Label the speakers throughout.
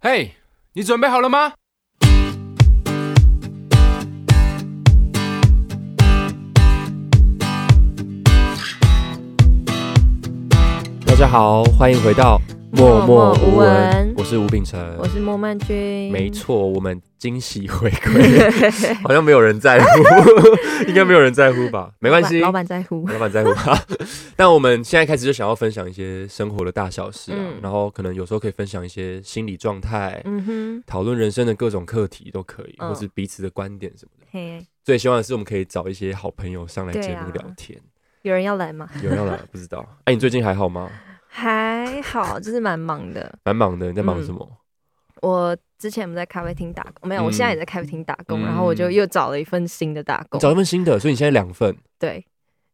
Speaker 1: 嘿、你准备好了吗？
Speaker 2: 大家好，欢迎回到
Speaker 3: 默默
Speaker 2: 无
Speaker 3: 无闻
Speaker 2: 我是吴秉承，
Speaker 3: 我是莫曼君，
Speaker 2: 没 错，我们惊喜回归， 好像没有人在 乎，应该没有人在乎吧？没
Speaker 3: 老
Speaker 2: 关
Speaker 3: 板
Speaker 2: 系，
Speaker 3: 老板在乎。
Speaker 2: 老板在乎吧。 但我们现在开始就想要分享一些生活的大小事啊，
Speaker 3: 嗯
Speaker 2: 然后可能有时候可以分享一些心理状态，
Speaker 3: 嗯哼，
Speaker 2: 讨论人生的各种课题都可以，
Speaker 3: 嗯
Speaker 2: 或是彼此的观点什么的。
Speaker 3: 嘿，
Speaker 2: 最希望的是我们可以找一些好朋友上来
Speaker 3: 对
Speaker 2: 节目
Speaker 3: 啊
Speaker 2: 聊天。
Speaker 3: 有人要来吗？
Speaker 2: 有人要来 不知道？哎、你最近还好吗？
Speaker 3: 还好，就是蛮忙的。
Speaker 2: 蛮忙的，你在忙
Speaker 3: 嗯
Speaker 2: 什么？
Speaker 3: 我之前不在咖啡厅打工，没有，我现在也在咖啡厅打工，
Speaker 2: 嗯
Speaker 3: 然后我就又找了一份新的打
Speaker 2: 你
Speaker 3: 工。
Speaker 2: 找一份新的，所以你现在两份。
Speaker 3: 对，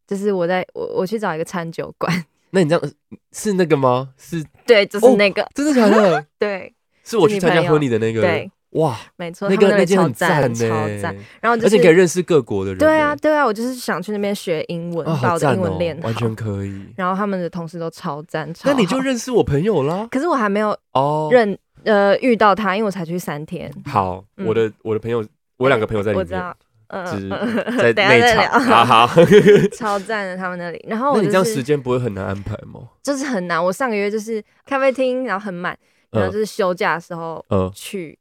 Speaker 3: 就是我在我我去找一个餐酒馆，
Speaker 2: 那你这样是那个吗？是
Speaker 3: 对，
Speaker 2: 哦
Speaker 3: 就是那个，
Speaker 2: 真的假的？
Speaker 3: 对
Speaker 2: 是我去参加婚礼的那个。
Speaker 3: 对，
Speaker 2: 哇，
Speaker 3: 没错，
Speaker 2: 那
Speaker 3: 他们
Speaker 2: 个那
Speaker 3: 里
Speaker 2: 间
Speaker 3: 超
Speaker 2: 很
Speaker 3: 赞，
Speaker 2: 呢、
Speaker 3: 超赞。然后就
Speaker 2: 而且可以
Speaker 3: 是。
Speaker 2: 认识各国的人。
Speaker 3: 对啊，，对啊，我就是想去那边学英文，
Speaker 2: 啊，好
Speaker 3: 把我的
Speaker 2: 赞
Speaker 3: 英
Speaker 2: 哦、
Speaker 3: 文练好。
Speaker 2: 完全可以。
Speaker 3: 然后他们的同事都超赞，超
Speaker 2: 那你就
Speaker 3: 好，
Speaker 2: 认识我朋友啦。
Speaker 3: 可是我还没有
Speaker 2: 哦，
Speaker 3: 认呃遇到他，因为我才去三天。
Speaker 2: 好，
Speaker 3: 嗯
Speaker 2: 我的我的朋友，我两个朋友在里
Speaker 3: 我知道
Speaker 2: 面，，
Speaker 3: 嗯、
Speaker 2: 是
Speaker 3: 嗯
Speaker 2: 在
Speaker 3: 等一下
Speaker 2: 内
Speaker 3: 再
Speaker 2: 场。
Speaker 3: 聊
Speaker 2: 好 好，
Speaker 3: 超赞的他们那里。然后
Speaker 2: 那
Speaker 3: 我
Speaker 2: 你这样
Speaker 3: 就
Speaker 2: 时
Speaker 3: 是
Speaker 2: 间不会很难安排吗？
Speaker 3: 就是很难，我上个月就是咖啡厅，然后很满，然
Speaker 2: 嗯
Speaker 3: 后就是休假的时候
Speaker 2: 嗯，
Speaker 3: 去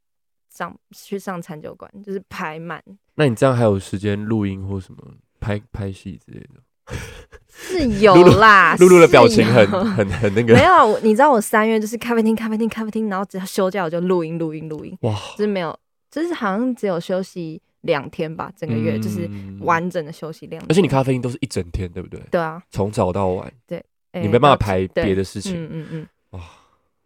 Speaker 3: 上、去上餐酒馆，就是排满，
Speaker 2: 那你这样还有时间录音或什么拍拍戏之类的？
Speaker 3: 是有
Speaker 2: 露露
Speaker 3: 啦。
Speaker 2: 露露的表
Speaker 3: 啊是
Speaker 2: 情很
Speaker 3: 有
Speaker 2: 很很那
Speaker 3: 没
Speaker 2: 个，
Speaker 3: 有啊，我你知道我三月就是咖啡厅咖啡厅咖啡厅，然后只要休假我就录音录音录音，
Speaker 2: 哇，
Speaker 3: 就是没有，就是好像只有休息两天吧，整个月、就是
Speaker 2: 嗯
Speaker 3: 完整的休息两天。
Speaker 2: 而且你咖啡因都是一整天，对不对？
Speaker 3: 对啊，
Speaker 2: 从早到晚，
Speaker 3: 哎
Speaker 2: 你没办法
Speaker 3: 到
Speaker 2: 排
Speaker 3: 对
Speaker 2: 别的事情，
Speaker 3: 嗯嗯嗯，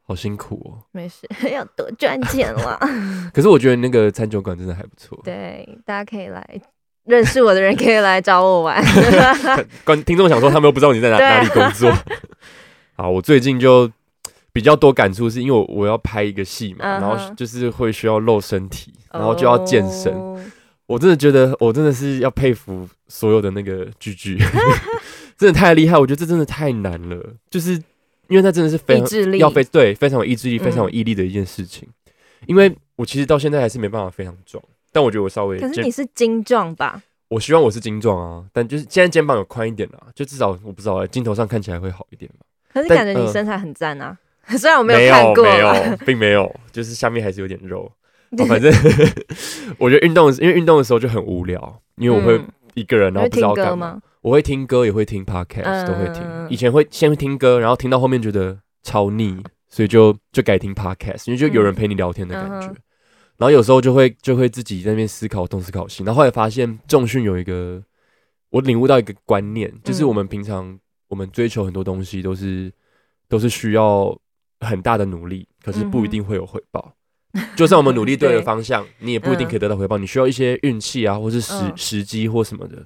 Speaker 2: 好辛苦
Speaker 3: 没事， 要多赚钱 啦。
Speaker 2: 哦。可是我觉得那个餐酒馆真的还不错。
Speaker 3: 对，大家可以来认识我的人可以来找我玩。
Speaker 2: 观听众想说，他们又不知道你在哪
Speaker 3: 对啊
Speaker 2: 哪里工作。 好，我最近就比较多感触，是因为我我要拍一个戏嘛，
Speaker 3: 嗯哼
Speaker 2: 然后就是会需要露身体， 然后就要健身。
Speaker 3: 哦
Speaker 2: 我真的觉得，我真的是要佩服所有的那个剧剧， 真的太厉害。我觉得这真的太难了，就是因为它真的是非
Speaker 3: 意
Speaker 2: 常
Speaker 3: 志力
Speaker 2: 要非对非常有意志力、
Speaker 3: 嗯
Speaker 2: 非常有毅力的一件事情。因为我其实到现在还是没办法非常壮，但我觉得我稍微
Speaker 3: 可是
Speaker 2: 肩
Speaker 3: 你是精壮吧？
Speaker 2: 我希望我是精壮啊，但就是现在肩膀有宽一点啦、就至少我不知道、欸、镜头上看起来会好一点吧。
Speaker 3: 可是
Speaker 2: 但
Speaker 3: 感觉你
Speaker 2: 呃
Speaker 3: 身材很赞啊。 虽然我
Speaker 2: 没
Speaker 3: 有看过
Speaker 2: 没
Speaker 3: 啦，
Speaker 2: 有，并没有，就是下面还是有点肉。哦反正 我觉得运动，因为运动的时候就很无聊，因为我会
Speaker 3: 嗯
Speaker 2: 一个人，
Speaker 3: 你
Speaker 2: 然后
Speaker 3: 会
Speaker 2: 不知
Speaker 3: 听
Speaker 2: 道干
Speaker 3: 歌
Speaker 2: 嘛。
Speaker 3: 吗？
Speaker 2: 我会听歌，也会听 podcast，
Speaker 3: 嗯嗯
Speaker 2: 都会听。以前会先会听歌，然后听到后面觉得超腻，所以就就改听 podcast，因为就有人陪你聊天的感觉。
Speaker 3: 嗯嗯
Speaker 2: 然后有时候就会就会自己在那边思考东思考西，然后后来发现重训有一个我领悟到一个观念，就是
Speaker 3: 嗯
Speaker 2: 我们平常我们追求很多东西都是都是需要很大的努力，可是不一定会有回报。就算我们努力对了
Speaker 3: 嗯 对
Speaker 2: 方向，你也不一定
Speaker 3: 嗯
Speaker 2: 可以得到回报，你需要一些运气啊，或是时
Speaker 3: 嗯
Speaker 2: 时机或什么的。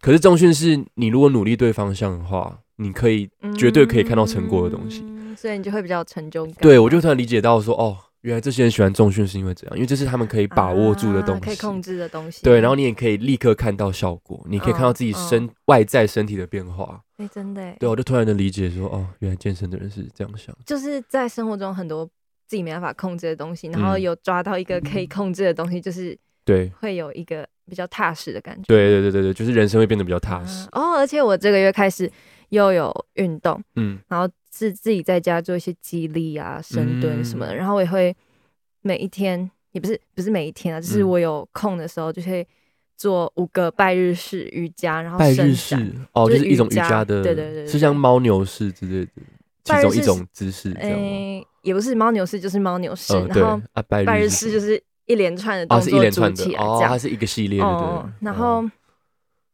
Speaker 2: 可是重训是你如果努力对方向的话，你可以绝对可以看到成果的东西
Speaker 3: 嗯所以你就会比较有成就感。
Speaker 2: 对我就突然理解到说，哦，原来这些人喜欢重训是因为这样，因为这是他们可以
Speaker 3: 啊
Speaker 2: 把握住的东
Speaker 3: 可以
Speaker 2: 西。
Speaker 3: 控制嗯的东西。
Speaker 2: 对，然后你也可以立刻看到效果，你可以看到自己身、外在身体的变化。
Speaker 3: 哎，真的耶，
Speaker 2: 对，我就突然的理解说，哦，原来健身的人是这样想。
Speaker 3: 就是在生活中很多自己没办法控制的东西，然后
Speaker 2: 嗯
Speaker 3: 有抓到一个可以控制的东西，就是
Speaker 2: 对，
Speaker 3: 会有一个比较踏实的感觉。
Speaker 2: 对，对，对，对，对，就是人生会变得比较踏实
Speaker 3: 啊。哦，而且我这个月开始又有运动，
Speaker 2: 嗯，
Speaker 3: 然后是自己在家做一些肌力啊、深蹲什么的，
Speaker 2: 嗯
Speaker 3: 然后我也会每一天，也不是不是每一天啊，就是
Speaker 2: 嗯
Speaker 3: 我有空的时候就会做五个拜日式瑜伽，然后
Speaker 2: 拜
Speaker 3: 伸
Speaker 2: 日
Speaker 3: 展。
Speaker 2: 式哦，就
Speaker 3: 就
Speaker 2: 是是一种
Speaker 3: 瑜
Speaker 2: 瑜
Speaker 3: 伽
Speaker 2: 伽的，
Speaker 3: 对对对对
Speaker 2: 是像猫牛式之类的，其
Speaker 3: 拜日
Speaker 2: 中
Speaker 3: 式
Speaker 2: 一
Speaker 3: 是
Speaker 2: 种姿势，这样吗？
Speaker 3: 诶、也不是猫牛式，就是猫牛式，
Speaker 2: 嗯，对
Speaker 3: 然后
Speaker 2: 啊，拜
Speaker 3: 拜日
Speaker 2: 式
Speaker 3: 式就是一连串的动
Speaker 2: 啊，是一
Speaker 3: 作
Speaker 2: 连
Speaker 3: 组
Speaker 2: 串的
Speaker 3: 起来
Speaker 2: 哦
Speaker 3: 这，样
Speaker 2: 它。是一个系列的，
Speaker 3: 哦，
Speaker 2: 对嗯
Speaker 3: 然后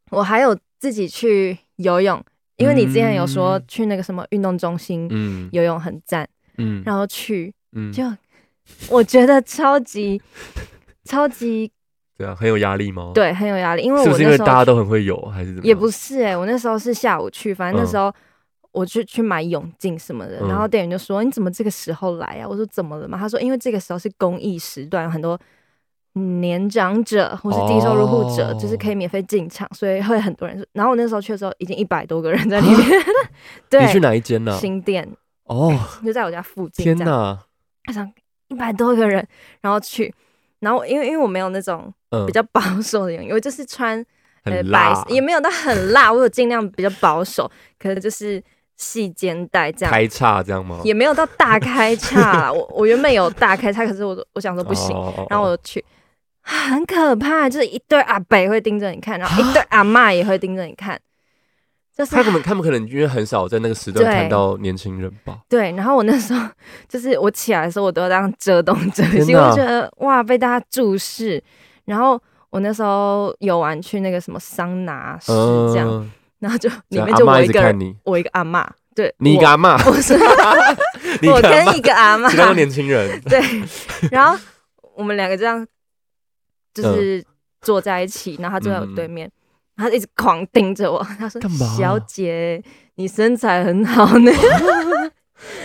Speaker 3: 我还有自己去游泳，因为你之前有说
Speaker 2: 嗯
Speaker 3: 去那个什么运动中心
Speaker 2: 嗯
Speaker 3: 游泳很赞，
Speaker 2: 嗯，
Speaker 3: 然后去
Speaker 2: 嗯
Speaker 3: 就我觉得超级超级
Speaker 2: 对啊，很有压力吗？，
Speaker 3: 对很有压力，因为
Speaker 2: 是不
Speaker 3: 我
Speaker 2: 是因
Speaker 3: 那
Speaker 2: 为
Speaker 3: 时
Speaker 2: 大家
Speaker 3: 候
Speaker 2: 都很会游，还是怎么样？
Speaker 3: 也不是哎、我那时候是下午去，反正那时候。我去去买泳镜什么的，
Speaker 2: 嗯
Speaker 3: 然后店员就说：“你怎么这个时候来啊？”我说：“怎么了嘛？”他说：“因为这个时候是公益时段，有很多年长者或是低收入户者，
Speaker 2: 哦
Speaker 3: 就是可以免费进场，所以会很多人。然后我那时候去的时候，已经一百多个人 在里面。 对，
Speaker 2: 你去哪一间呢？啊
Speaker 3: 新店
Speaker 2: 哦，
Speaker 3: 就在我家附近。
Speaker 2: 天
Speaker 3: 哪！
Speaker 2: 哪，
Speaker 3: 他想，一百多个人，然后去，然后因为因为我没有那种
Speaker 2: 嗯，
Speaker 3: 比较保守的泳衣，我就是穿呃
Speaker 2: 很
Speaker 3: 白
Speaker 2: 辣，
Speaker 3: 也没有到很辣，我有尽量比较保守，可能就是细肩带这样，
Speaker 2: 开叉这样吗？
Speaker 3: 也没有到大开叉啦。我我原本有大开叉，可是我我想说不行，
Speaker 2: 哦，哦哦
Speaker 3: 然后我就去。啊很可怕，就是一对阿北会盯着你看，然后一对阿嬷也会盯着你看，就是
Speaker 2: 他们他们可能因为很少在那个时段
Speaker 3: 对
Speaker 2: 看到年轻人吧，
Speaker 3: 对，然后我那时候就是我起来的时候，我都要这样遮东遮西，
Speaker 2: 天哪
Speaker 3: 我就觉得哇被大家注视。然后我那时候游完去那个什么桑拿室这样，
Speaker 2: 嗯
Speaker 3: 然后就里
Speaker 2: 这样
Speaker 3: 面
Speaker 2: 阿
Speaker 3: 就
Speaker 2: 嬷
Speaker 3: 我一
Speaker 2: 直
Speaker 3: 个
Speaker 2: 看
Speaker 3: 人，
Speaker 2: 你，
Speaker 3: 我一个阿嬷，对，
Speaker 2: 你
Speaker 3: 我
Speaker 2: 干嘛？
Speaker 3: 我是
Speaker 2: 你
Speaker 3: 我
Speaker 2: 干嘛
Speaker 3: 跟一？个阿嬷
Speaker 2: 其他都年轻人，
Speaker 3: 对，然后我们两个这样
Speaker 2: 嗯
Speaker 3: 就是坐在一起，然后他坐在我对面，然后他一直狂盯着我，他说
Speaker 2: 干嘛：“
Speaker 3: 小姐，你身材很好呢。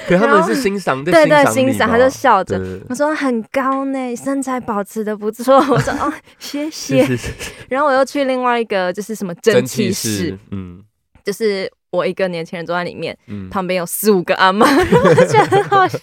Speaker 2: 可他
Speaker 3: 然
Speaker 2: 们
Speaker 3: 后
Speaker 2: 是欣赏，在
Speaker 3: 对对，
Speaker 2: 赏
Speaker 3: 欣
Speaker 2: 你
Speaker 3: 赏，
Speaker 2: 吧
Speaker 3: 他就笑着。
Speaker 2: 对
Speaker 3: 我说很高呢，身材保持的不错。我说 哦，谢谢。
Speaker 2: 是是是
Speaker 3: 然后我又去另外一个就是什么
Speaker 2: 蒸
Speaker 3: 蒸汽室
Speaker 2: 室，，嗯
Speaker 3: 就是我一个年轻人坐在里面，
Speaker 2: 嗯，
Speaker 3: 旁边有四五个阿妈， 然后我就觉得很好笑，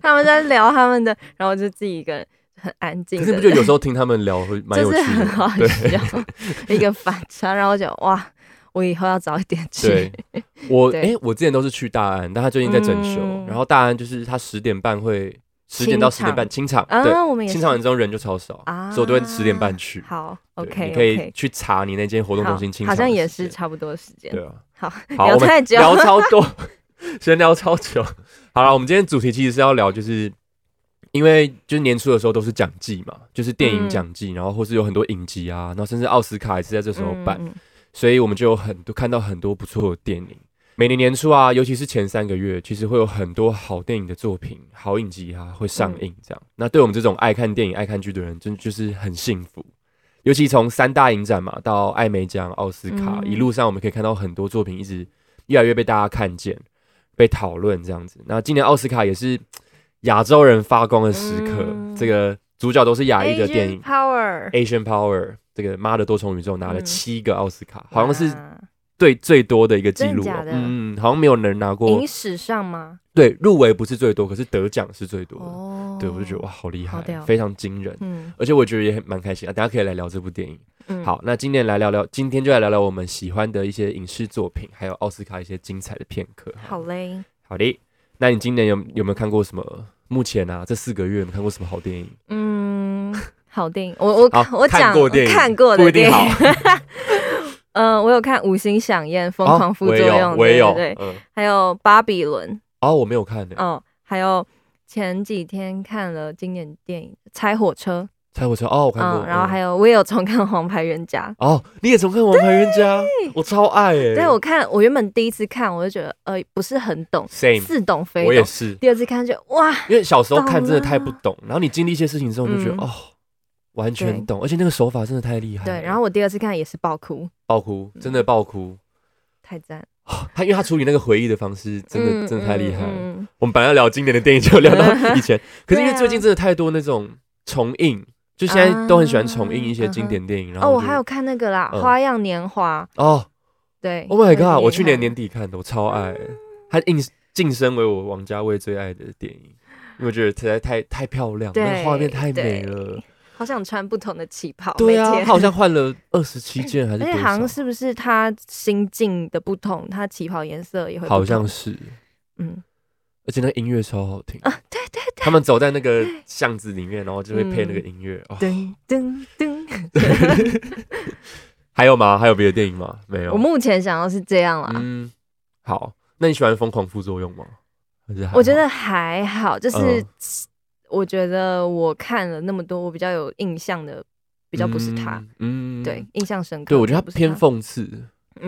Speaker 3: 他们在聊他们的，然后我就自己一个人很安静
Speaker 2: 可
Speaker 3: 的，
Speaker 2: 是你不觉得有时候听他们聊会蛮有
Speaker 3: 就
Speaker 2: 趣
Speaker 3: 是很好
Speaker 2: 的？对
Speaker 3: 笑， 一个反差，然后我就哇，我以后要早一点去
Speaker 2: 对，，我
Speaker 3: 对
Speaker 2: 哎，我之前都是去大安，但他最近在整修
Speaker 3: 嗯，
Speaker 2: 然后大安就是他十点半会，十点到十
Speaker 3: 清
Speaker 2: 点半清场，对，
Speaker 3: 啊，我们也
Speaker 2: 清
Speaker 3: 是
Speaker 2: 场完之后人就超少
Speaker 3: 啊，
Speaker 2: 所以我都会十点半去。
Speaker 3: 好
Speaker 2: 对
Speaker 3: ，OK，
Speaker 2: 你可以去查你那间活动中心清场
Speaker 3: 好
Speaker 2: 的时间，
Speaker 3: 像也是差不多的时间，
Speaker 2: 对啊。
Speaker 3: 好，
Speaker 2: 好，
Speaker 3: 聊
Speaker 2: 我们
Speaker 3: 太久
Speaker 2: 聊超多，闲聊超久。好了，我们今天主题其实是要聊，就是因为就是年初的时候都是奖季嘛，就是电影
Speaker 3: 嗯
Speaker 2: 奖季，然后或是有很多影集啊，然后甚至奥斯卡也是在这时候办，
Speaker 3: 嗯嗯
Speaker 2: 所以我们就有很多看到很多不错的电影。每年年初啊，尤其是前三个月，其实会有很多好电影的作品、好影集啊会上映，这样。那对我们这种爱看电影、爱看剧的人，真就是很幸福。尤其从三大影展嘛到艾美奖、奥斯卡，
Speaker 3: 嗯
Speaker 2: 一路上我们可以看到很多作品一直越来越被大家看见、被讨论这样子。那今年奥斯卡也是亚洲人发光的时刻，
Speaker 3: 嗯哎
Speaker 2: 这个主角都是亚裔的
Speaker 3: Asian
Speaker 2: 电影，
Speaker 3: Power，
Speaker 2: Asian Power 这个妈的多重宇宙拿了
Speaker 3: 嗯
Speaker 2: 七个奥斯卡，好像是
Speaker 3: 哇
Speaker 2: 最最多的一个记录
Speaker 3: 真的
Speaker 2: 哦
Speaker 3: 假。的
Speaker 2: 嗯，好像没有人拿过
Speaker 3: 影。史上吗？
Speaker 2: 对，入围不是最多，可是得奖是最多的。
Speaker 3: 哦
Speaker 2: 对，我就觉得哇，，好厉害
Speaker 3: 好屌，
Speaker 2: 非常惊人。
Speaker 3: 嗯
Speaker 2: 而且我觉得也很蛮开心啊，大家可以来聊这部电影。
Speaker 3: 嗯，
Speaker 2: 好，那今天来聊聊，今天就来聊聊我们喜欢的一些影视作品，还有奥斯卡一些精彩的片刻。
Speaker 3: 好，嘞，
Speaker 2: 好的。那你今年有有没有看过什么？目前啊，这四个月有没有看过什么好电影？
Speaker 3: 嗯，好电影，我我
Speaker 2: 好，
Speaker 3: 我
Speaker 2: 看
Speaker 3: 讲
Speaker 2: 过电影，
Speaker 3: 看过
Speaker 2: 不
Speaker 3: 的
Speaker 2: 一定
Speaker 3: 电
Speaker 2: 好
Speaker 3: 影，。 嗯，我有看《五星响宴》《疯狂副
Speaker 2: 哦
Speaker 3: 作用》对，
Speaker 2: 我也有，我也
Speaker 3: 对，
Speaker 2: 有
Speaker 3: 对
Speaker 2: 嗯，
Speaker 3: 还有《巴比伦
Speaker 2: 哦，我没有看呢、》
Speaker 3: 哦，还有前几天看了经典电影《拆火车
Speaker 2: 猜火车哦，我》，看过，
Speaker 3: 嗯，然后还
Speaker 2: 有
Speaker 3: 有我也有重看《黄牌冤家》，
Speaker 2: 哦，你也从看《王牌冤家》，我超爱哎、
Speaker 3: 对我看我原本第一次看我就觉得呃不是很懂，
Speaker 2: same，
Speaker 3: 似懂非
Speaker 2: 我也
Speaker 3: 懂，
Speaker 2: 是，哎
Speaker 3: 第二次看就哇，
Speaker 2: 因为小时候看
Speaker 3: 懂
Speaker 2: 真的太
Speaker 3: 了
Speaker 2: 不懂，然后你经历一些事情之后，你就觉得、
Speaker 3: 嗯
Speaker 2: 哦，完
Speaker 3: 对
Speaker 2: 全懂，而且那个手法真的太厉害了，
Speaker 3: 对，然后嗯我第二次看也是爆哭，
Speaker 2: 爆哭，真的爆哭。哦
Speaker 3: 太赞，
Speaker 2: 他因为他处理那个回忆的方式，真的、
Speaker 3: 嗯
Speaker 2: 真的太厉害了。
Speaker 3: 嗯嗯
Speaker 2: 我们本来要聊今年的电影，就聊到以 前，可是因为
Speaker 3: 对啊
Speaker 2: 最近真的太多那种重映，就现在都很喜欢重
Speaker 3: 啊
Speaker 2: 映一些经典电影。然
Speaker 3: 哦，
Speaker 2: 后
Speaker 3: 我
Speaker 2: 就
Speaker 3: 还有看那个啦，
Speaker 2: 嗯
Speaker 3: 《花样年华》，
Speaker 2: 哦，
Speaker 3: 对
Speaker 2: Oh my god！我去
Speaker 3: 也
Speaker 2: 年
Speaker 3: 看
Speaker 2: 年底看的，我超爱，
Speaker 3: 嗯
Speaker 2: 他应晋升为我王家卫最爱的电影，因为我觉得实在太太漂亮，那个画面
Speaker 3: 对
Speaker 2: 太美
Speaker 3: 对
Speaker 2: 了。
Speaker 3: 好想穿不同的旗袍，
Speaker 2: 对啊，
Speaker 3: 每
Speaker 2: 他
Speaker 3: 天
Speaker 2: 好像换了二十七件还是多
Speaker 3: 而且好
Speaker 2: 少
Speaker 3: 像？是不是它心境的不同，它旗袍颜色也会不同
Speaker 2: 好像是，
Speaker 3: 嗯
Speaker 2: 而且那个音乐超好听。
Speaker 3: 啊，对对
Speaker 2: 他们走在那个巷子里面，然后就会配那个音乐。哦，
Speaker 3: 噔噔噔，
Speaker 2: 还有吗？还有别的电影吗？没有
Speaker 3: 我。啊目前想要是这样啦，
Speaker 2: 嗯，好。那你喜欢《疯狂副作用》吗？还是还
Speaker 3: 我觉
Speaker 2: 好
Speaker 3: 得还好，就是
Speaker 2: 嗯
Speaker 3: 我觉得我看了那么多，我比较有印象的，比较不是他，。
Speaker 2: 嗯嗯
Speaker 3: 对，印象深刻。
Speaker 2: 对，我觉得
Speaker 3: 不
Speaker 2: 他
Speaker 3: 是
Speaker 2: 偏讽刺。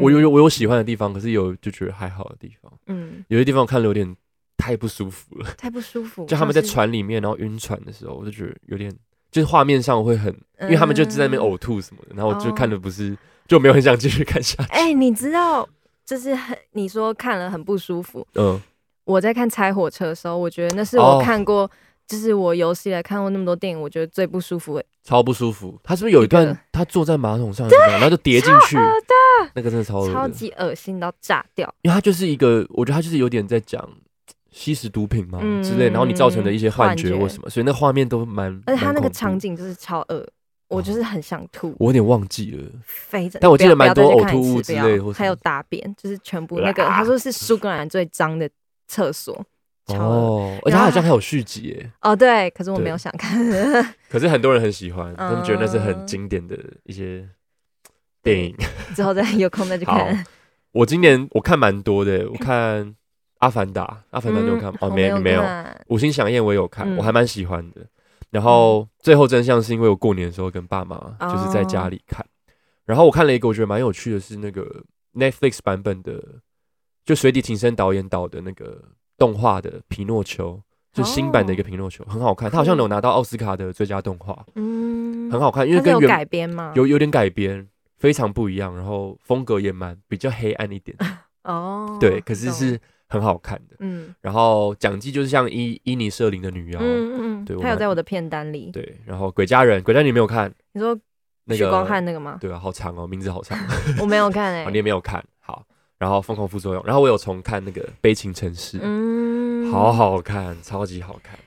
Speaker 2: 我有有我有喜欢的地方，可是有就觉得还好的地方。
Speaker 3: 嗯，
Speaker 2: 有些地方我看了有点太不舒服了，
Speaker 3: 嗯太不舒服。
Speaker 2: 就他们在
Speaker 3: 像是，
Speaker 2: 船里面，然后晕船的时候，我就觉得有点，就是画面上会很，因为他们就在那边
Speaker 3: 嗯。
Speaker 2: 呕吐什么的，然后我就
Speaker 3: 哦
Speaker 2: 看的不是，就没有很想继续看下去。
Speaker 3: 哎，你知道，就是很你说看了很不舒服，
Speaker 2: 嗯，
Speaker 3: 我在看《拆火车》的时候，我觉得那是
Speaker 2: 哦
Speaker 3: 我看过，就是我有史以来看过那么多电影，我觉得最不舒服的。
Speaker 2: 超不舒服。他是不是有一
Speaker 3: 一
Speaker 2: 段
Speaker 3: 个
Speaker 2: 他坐在马桶上，还是怎么样然后就叠进去？那个真的超恶
Speaker 3: 超
Speaker 2: 的，
Speaker 3: 级恶心到炸掉。
Speaker 2: 因为他就是一个，我觉得他就是有点在讲吸食毒品嘛
Speaker 3: 嗯
Speaker 2: 之类，然后你造成的一些幻觉
Speaker 3: 幻觉
Speaker 2: 或什么，所以那画面都蛮，
Speaker 3: 而且他
Speaker 2: 蛮
Speaker 3: 那
Speaker 2: 恐怖
Speaker 3: 个
Speaker 2: 哦
Speaker 3: 场，景就是超恶，我就是很想吐，
Speaker 2: 我有点忘记了。
Speaker 3: 非常。
Speaker 2: 但我记得
Speaker 3: 不要
Speaker 2: 蛮多
Speaker 3: 不要再去看
Speaker 2: 呕吐物
Speaker 3: 一
Speaker 2: 之
Speaker 3: 次不要
Speaker 2: 类或什么啊
Speaker 3: 还有大便，就是全部那个，他说是苏格兰最脏的厕所，超恶。
Speaker 2: 哦，而且他
Speaker 3: 然后
Speaker 2: 好
Speaker 3: 还
Speaker 2: 像还有续集耶，
Speaker 3: 哦，对，可是我没有
Speaker 2: 对
Speaker 3: 想看。
Speaker 2: 可是很多人很喜欢，他们觉得那是很
Speaker 3: 嗯
Speaker 2: 经典的一些电影。
Speaker 3: 之后再有空再去
Speaker 2: 好
Speaker 3: 看。
Speaker 2: 我今年我看蛮多的，我看《阿凡达》，《阿凡达》你有看吗？哦，
Speaker 3: 我
Speaker 2: 没
Speaker 3: 有
Speaker 2: 你没有，《
Speaker 3: 看
Speaker 2: 五星响宴》我有看，
Speaker 3: 嗯
Speaker 2: 我还蛮喜欢的。然后《最后真相》是因为我过年的时候跟爸
Speaker 3: 哦
Speaker 2: 妈就是在家里看，然后我看了一个我觉得蛮有趣的是那个 Netflix 版本的，就水底情深导演导的那个动画的《皮诺丘》，就新版的一
Speaker 3: 哦
Speaker 2: 个《皮诺丘》，很好看，它好像有拿到奥斯卡的最佳动画，
Speaker 3: 嗯，
Speaker 2: 很好看，因为
Speaker 3: 它是
Speaker 2: 跟
Speaker 3: 有
Speaker 2: 原
Speaker 3: 改编吗？
Speaker 2: 有有点改编，非常不一样，然后风格也蛮比较黑暗一点，
Speaker 3: 哦，
Speaker 2: 对，可是
Speaker 3: 懂
Speaker 2: 是很好看的。
Speaker 3: 嗯
Speaker 2: 然后蒋记就是像伊伊尼舍林的女妖，啊
Speaker 3: 嗯嗯
Speaker 2: 对
Speaker 3: 嗯，
Speaker 2: 我
Speaker 3: 他有
Speaker 2: 蛮
Speaker 3: 在我的片单里。
Speaker 2: 对，然后鬼家人，鬼家人你没有看
Speaker 3: 你说
Speaker 2: 那
Speaker 3: 许
Speaker 2: 个？
Speaker 3: 光汉那个吗？
Speaker 2: 对啊，好长哦，名字好长，
Speaker 3: 我没 有看哎
Speaker 2: 啊、你。也没有看好。然后疯狂副作用，然后我有重看那个《悲情城市》
Speaker 3: 嗯，
Speaker 2: 好，好看，超级好看。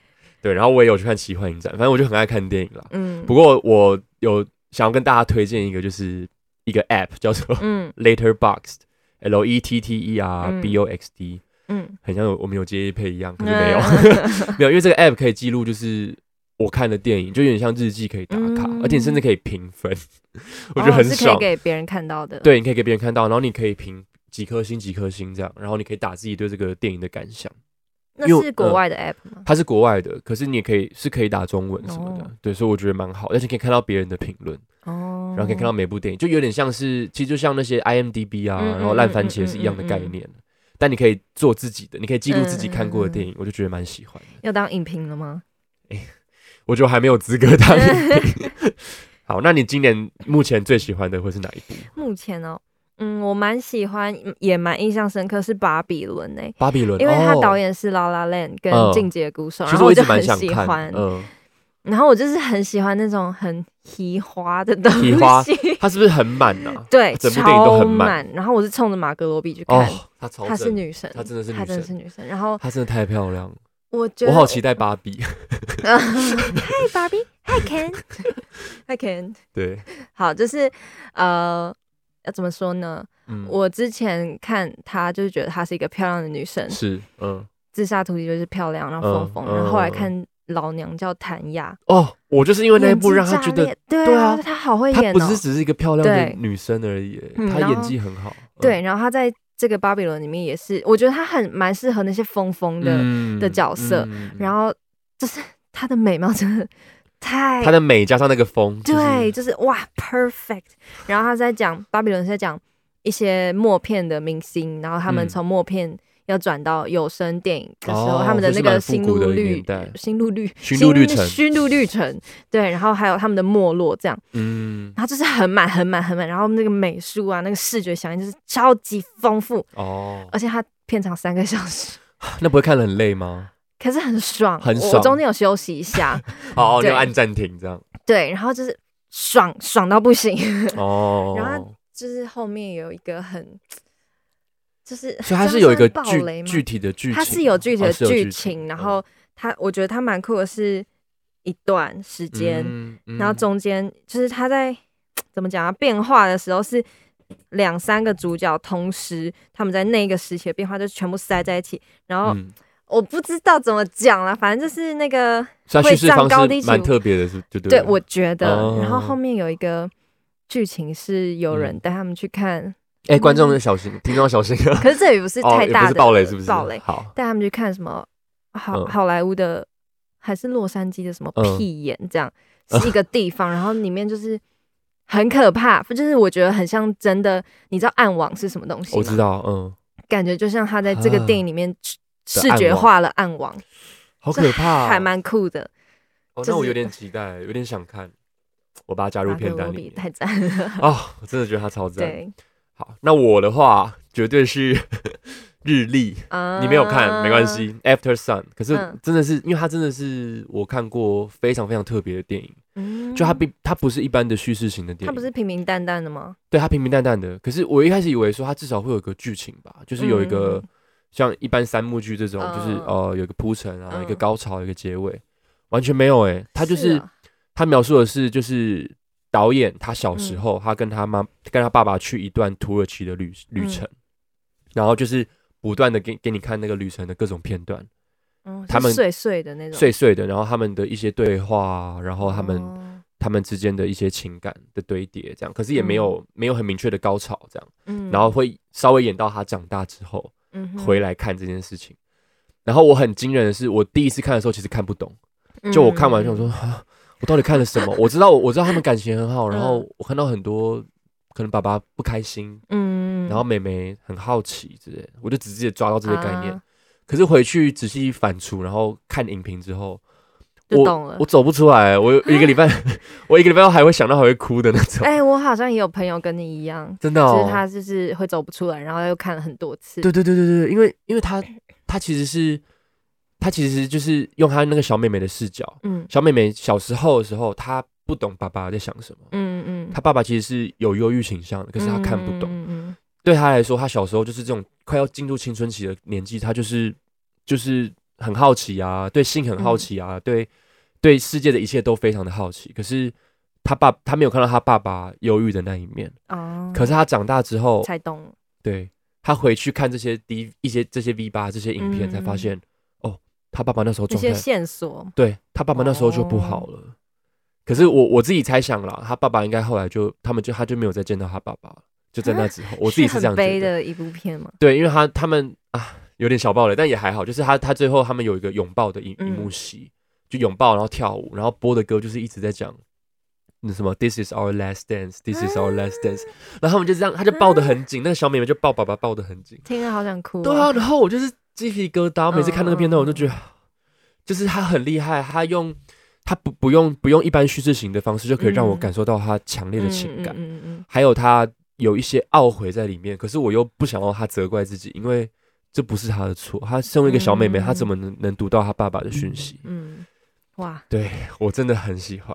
Speaker 2: 对，然后我也有去看奇幻影展，反正我就很爱看电影啦。
Speaker 3: 嗯，
Speaker 2: 不，过我有想要跟大家推荐一个，就是一个 App 叫做
Speaker 3: 嗯
Speaker 2: Letterboxd L E T T E R B O X D，、
Speaker 3: 嗯，
Speaker 2: 很像有 我们有接配一样，可是
Speaker 3: 嗯
Speaker 2: 没有，没有，因为这个 app 可以记录就是我看的电影，就有点像日记可以打卡，
Speaker 3: 嗯
Speaker 2: 而且你甚至可以评分，我觉得很
Speaker 3: 哦是可
Speaker 2: 爽
Speaker 3: 以。给别人看到的。，
Speaker 2: 对，你可以给别人看到，然后你可以评几颗星几颗星这样，然后你可以打自己对这个电影的感想。因
Speaker 3: 那
Speaker 2: 为嗯
Speaker 3: 是国外的 app 吗？
Speaker 2: 它是国外的，可是你也可以是可以打中文什么的，
Speaker 3: 哦
Speaker 2: 对，所以我觉得蛮好，而且可以看到别人的评论。
Speaker 3: 哦，
Speaker 2: 然后可以看到每部电影，就有点像是，其实就像那些 IMDB 啊，
Speaker 3: 嗯嗯
Speaker 2: 然后烂番茄是一样的概念。但你可以做自己的，你可以记录自己看
Speaker 3: 嗯
Speaker 2: 过的电影，我就觉得蛮喜欢的。
Speaker 3: 要当影评了吗？
Speaker 2: 我觉得我还没有资格当影评。 好，那你今年目前最喜欢的会是哪一部？
Speaker 3: 目前哦，嗯，我蛮喜欢，嗯也蛮印象深刻是《巴比伦》诶，
Speaker 2: 巴比伦，
Speaker 3: 因为他
Speaker 2: 哦
Speaker 3: 导，演是《La La Land》跟
Speaker 2: 嗯
Speaker 3: 《进阶鼓手》，
Speaker 2: 其
Speaker 3: 然
Speaker 2: 实
Speaker 3: 后
Speaker 2: 我一
Speaker 3: 就
Speaker 2: 直蛮
Speaker 3: 很
Speaker 2: 想
Speaker 3: 喜
Speaker 2: 看
Speaker 3: 欢
Speaker 2: 的，，嗯，
Speaker 3: 然后我就是很喜欢那种很奇花的东
Speaker 2: 奇花
Speaker 3: 西，
Speaker 2: 他是不是很满啊呐？
Speaker 3: 对，
Speaker 2: 整部电影都
Speaker 3: 超
Speaker 2: 很满
Speaker 3: 满。然后我是冲着马格罗比去看，
Speaker 2: 哦，她超
Speaker 3: 她是
Speaker 2: 正，
Speaker 3: 女神，
Speaker 2: 她真的是女
Speaker 3: 她真的
Speaker 2: 神
Speaker 3: 是女神。然后
Speaker 2: 她真的太漂亮了，
Speaker 3: 我觉
Speaker 2: 我
Speaker 3: 得
Speaker 2: 好 期待芭比。
Speaker 3: 嗨，Barbie，Hi Ken，Hi Ken。
Speaker 2: 对，
Speaker 3: 好，就是呃，要怎么说呢？
Speaker 2: 嗯，
Speaker 3: 我之前看她，就是觉得她是一个漂亮的女生，
Speaker 2: 是，嗯，
Speaker 3: 自杀突击就是漂亮，然后
Speaker 2: 嗯
Speaker 3: 疯疯。然
Speaker 2: 嗯
Speaker 3: 后后
Speaker 2: 嗯
Speaker 3: 来看老娘叫谭雅，
Speaker 2: 哦，我就是因为那一部让她
Speaker 3: 演技
Speaker 2: 觉
Speaker 3: 炸
Speaker 2: 得
Speaker 3: 裂对
Speaker 2: 对啊
Speaker 3: 啊，她好会
Speaker 2: 她
Speaker 3: 演
Speaker 2: 不
Speaker 3: 哦
Speaker 2: 是。只是一个漂亮的
Speaker 3: 对
Speaker 2: 女生而已，
Speaker 3: 嗯
Speaker 2: 她
Speaker 3: 然
Speaker 2: 演
Speaker 3: 后
Speaker 2: 技很好。嗯
Speaker 3: 对，然后她在这个巴比伦里面也是，我觉得她很蛮适合那些疯疯的
Speaker 2: 嗯
Speaker 3: 的角色然
Speaker 2: 后
Speaker 3: 后就是她的美貌真的太
Speaker 2: 嗯她的美加上那个风，就是
Speaker 3: 对，，就是哇 perfect。然后她在讲巴比伦是在讲一些默片的明星，然后他们
Speaker 2: 嗯
Speaker 3: 从默片要转到有声电影的时候，
Speaker 2: 哦
Speaker 3: 他们的
Speaker 2: 这
Speaker 3: 那
Speaker 2: 是
Speaker 3: 个
Speaker 2: 蛮复
Speaker 3: 心
Speaker 2: 古
Speaker 3: 路
Speaker 2: 的
Speaker 3: 率
Speaker 2: 年代、
Speaker 3: 心路率、
Speaker 2: 心路历程
Speaker 3: 心路历程，对，然后还有他们的没落这样。
Speaker 2: 嗯，
Speaker 3: 然后就是很满、很满、很满，然后那个美术啊，那个视觉响应就是超级丰富，
Speaker 2: 哦，
Speaker 3: 而且它片长三个小时，
Speaker 2: 那不会看得很累吗？
Speaker 3: 可是很爽，
Speaker 2: 很
Speaker 3: 我
Speaker 2: 爽
Speaker 3: 中间有休息一下，
Speaker 2: 哦，你
Speaker 3: 对
Speaker 2: 要按暂停这样，
Speaker 3: 对，然后就是爽爽到不行，
Speaker 2: 哦，
Speaker 3: 然后就是后面有一个很，就是
Speaker 2: 所以它是有一个
Speaker 3: 这样算暴
Speaker 2: 具
Speaker 3: 雷吗
Speaker 2: 具体的剧情，
Speaker 3: 它是有具体的
Speaker 2: 哦是有
Speaker 3: 剧
Speaker 2: 剧嗯
Speaker 3: 情，然后它我觉得它蛮酷的是一段时间，
Speaker 2: 嗯嗯
Speaker 3: 然后中间就是他在怎么讲啊变化的时候是两三个主角同时他们在那个时期的变化就全部塞在一起，然后
Speaker 2: 嗯
Speaker 3: 我不知道怎么讲了，反正就是那个
Speaker 2: 所以它叙事
Speaker 3: 会上
Speaker 2: 方
Speaker 3: 高低
Speaker 2: 式
Speaker 3: 起
Speaker 2: 蛮
Speaker 3: 伏
Speaker 2: 特别的，是就对
Speaker 3: 对
Speaker 2: 了。
Speaker 3: 我觉得，
Speaker 2: 哦嗯
Speaker 3: 然后后面有一个剧情是有人带他们去看，
Speaker 2: 哎，观众要小心，听众要小心啊，
Speaker 3: 可是这也不是
Speaker 2: 哦，
Speaker 3: 太
Speaker 2: 也不
Speaker 3: 大的
Speaker 2: 是暴雷是不是？
Speaker 3: 暴雷
Speaker 2: 好，
Speaker 3: 带他们去看什么好、
Speaker 2: 嗯
Speaker 3: 好莱坞的还是洛杉矶的什么
Speaker 2: 嗯
Speaker 3: 屁眼这样、是一个地方，然后里面就是很可怕，就是我觉得很像真的，你知道暗网是什么东西吗？
Speaker 2: 我知，道，嗯，
Speaker 3: 感觉就像他在这个
Speaker 2: 啊
Speaker 3: 电影里面视
Speaker 2: 的
Speaker 3: 视
Speaker 2: 暗
Speaker 3: 觉
Speaker 2: 网
Speaker 3: 化了暗网，
Speaker 2: 好
Speaker 3: 这
Speaker 2: 可怕哦，
Speaker 3: 还蛮酷的。
Speaker 2: 哦，
Speaker 3: 就
Speaker 2: 那我
Speaker 3: 是
Speaker 2: 有点期待，有点想看，我把它加入
Speaker 3: 马格
Speaker 2: 啊片
Speaker 3: 罗
Speaker 2: 单
Speaker 3: 比
Speaker 2: 里
Speaker 3: 太赞了，
Speaker 2: 哦，我真的觉得它超赞。
Speaker 3: 对，
Speaker 2: 好，那我的话绝对是 日历，
Speaker 3: 啊
Speaker 2: 你没有看没关，系。After Sun，可是
Speaker 3: 嗯
Speaker 2: 真的是，因为它真的是我看过非常非常特别的电影，
Speaker 3: 嗯
Speaker 2: 就它并它不是一般的叙事型的电
Speaker 3: 它
Speaker 2: 影，
Speaker 3: 不是平平淡淡的吗？
Speaker 2: 对它平平淡淡的。可是我一开始以为说它至少会有个剧情吧，就是有一个
Speaker 3: 嗯
Speaker 2: 像一般三幕剧这种，就是
Speaker 3: 嗯
Speaker 2: 哦、呃有一个铺陈啊，一个
Speaker 3: 嗯
Speaker 2: 高潮，一个结尾，完全没有诶、他就是
Speaker 3: 啊
Speaker 2: 他描述的是就是导演他小时
Speaker 3: 嗯
Speaker 2: 候，他跟他妈跟他爸爸去一段土耳其的旅
Speaker 3: 嗯
Speaker 2: 旅程，然后就是不断的给给你看那个旅程的各种片段，
Speaker 3: 嗯
Speaker 2: 他
Speaker 3: 是
Speaker 2: 们
Speaker 3: 碎碎的那种，
Speaker 2: 碎碎的，然后他们的一些对话，然后
Speaker 3: 哦，
Speaker 2: 他们、他们之间的一些情感的堆叠，这样，可是也没有、没有很明确的高潮这样，
Speaker 3: 嗯，
Speaker 2: 然后会稍微演到他长大之后
Speaker 3: 嗯哼
Speaker 2: 回来看这件事情。然后我很惊人的是，我第一次看的时候其实看不懂，
Speaker 3: 嗯
Speaker 2: 就我看完就想说，，啊 我到底看了什 么？我知道，我知道他们感情很
Speaker 3: 嗯
Speaker 2: 好，然后我看到很多可能爸爸不开心，
Speaker 3: 嗯，嗯
Speaker 2: 然后妹妹很好奇之类的，我就直接抓到这些概念
Speaker 3: 啊。
Speaker 2: 可是回去仔细反刍，然后看影评之后，
Speaker 3: 就
Speaker 2: 我
Speaker 3: 懂了
Speaker 2: 我走不出来，我有一个礼 拜，我一个礼拜后还会想到还会哭的那种，
Speaker 3: 哎，我好像也有朋友跟你一样，
Speaker 2: 真的
Speaker 3: 就
Speaker 2: 哦
Speaker 3: 是。他就是会走不出来，然后又看了很多次，
Speaker 2: 对对对对对，因为因为他他其实是他其实就是用他那个小妹妹的视角，
Speaker 3: 嗯
Speaker 2: 小妹妹小时候的时候，她不懂爸爸在想什么。
Speaker 3: 嗯嗯，
Speaker 2: 他爸爸其实是有忧郁倾向的，可是他看不懂。
Speaker 3: 嗯，嗯
Speaker 2: 对他来说，他小时候就是这种快要进入青春期的年纪，他就是就是很好奇啊，对性很
Speaker 3: 嗯
Speaker 2: 好奇啊，对对世界的一切都非常的好奇。可是他爸他没有看到他爸爸忧郁的那一面。
Speaker 3: 嗯哦，
Speaker 2: 可是他长大之后，
Speaker 3: 才懂，
Speaker 2: 对他回去看这些第一一些这些 V 八这些影片，
Speaker 3: 嗯
Speaker 2: 才发现、哦，他爸爸那时候
Speaker 3: 那
Speaker 2: 状态
Speaker 3: 些哦线索，
Speaker 2: 对他爸爸那时候就不好了。可是我我自己猜想啦，他爸爸应该后来就他们就他就没有再见到他爸爸了，就在那之后，我自己
Speaker 3: 啊是
Speaker 2: 是这样
Speaker 3: 很悲
Speaker 2: 觉得。
Speaker 3: 的一部片嘛，
Speaker 2: 对，因为他他们啊有点小暴雷，但也还好，就是他他最后他们有一个拥抱的一一
Speaker 3: 嗯
Speaker 2: 幕戏，就拥抱然后跳舞，然后播的歌就是一直在讲。那什么，This is our last dance，This is our last dance，、然后
Speaker 3: 啊
Speaker 2: 他们就这样，他就抱得很紧，那个小妹妹就抱爸爸抱得很紧，
Speaker 3: 听了好想哭，
Speaker 2: 对啊，，然后我就是鸡皮疙瘩，每次看那个片段，
Speaker 3: 嗯嗯
Speaker 2: 我就觉得，就是他很厉害，他用他不不用不用一般叙事型的方式，就可以让我
Speaker 3: 嗯
Speaker 2: 感受到他强烈的情感，
Speaker 3: 嗯嗯嗯
Speaker 2: 还有他有一些懊悔在里面，可是我又不想让他责怪自己，因为这不是他的错，他身为一个小妹妹，
Speaker 3: 嗯
Speaker 2: 她怎么能能读到她爸爸的讯息？
Speaker 3: 嗯，嗯哇，
Speaker 2: 我真的很喜欢，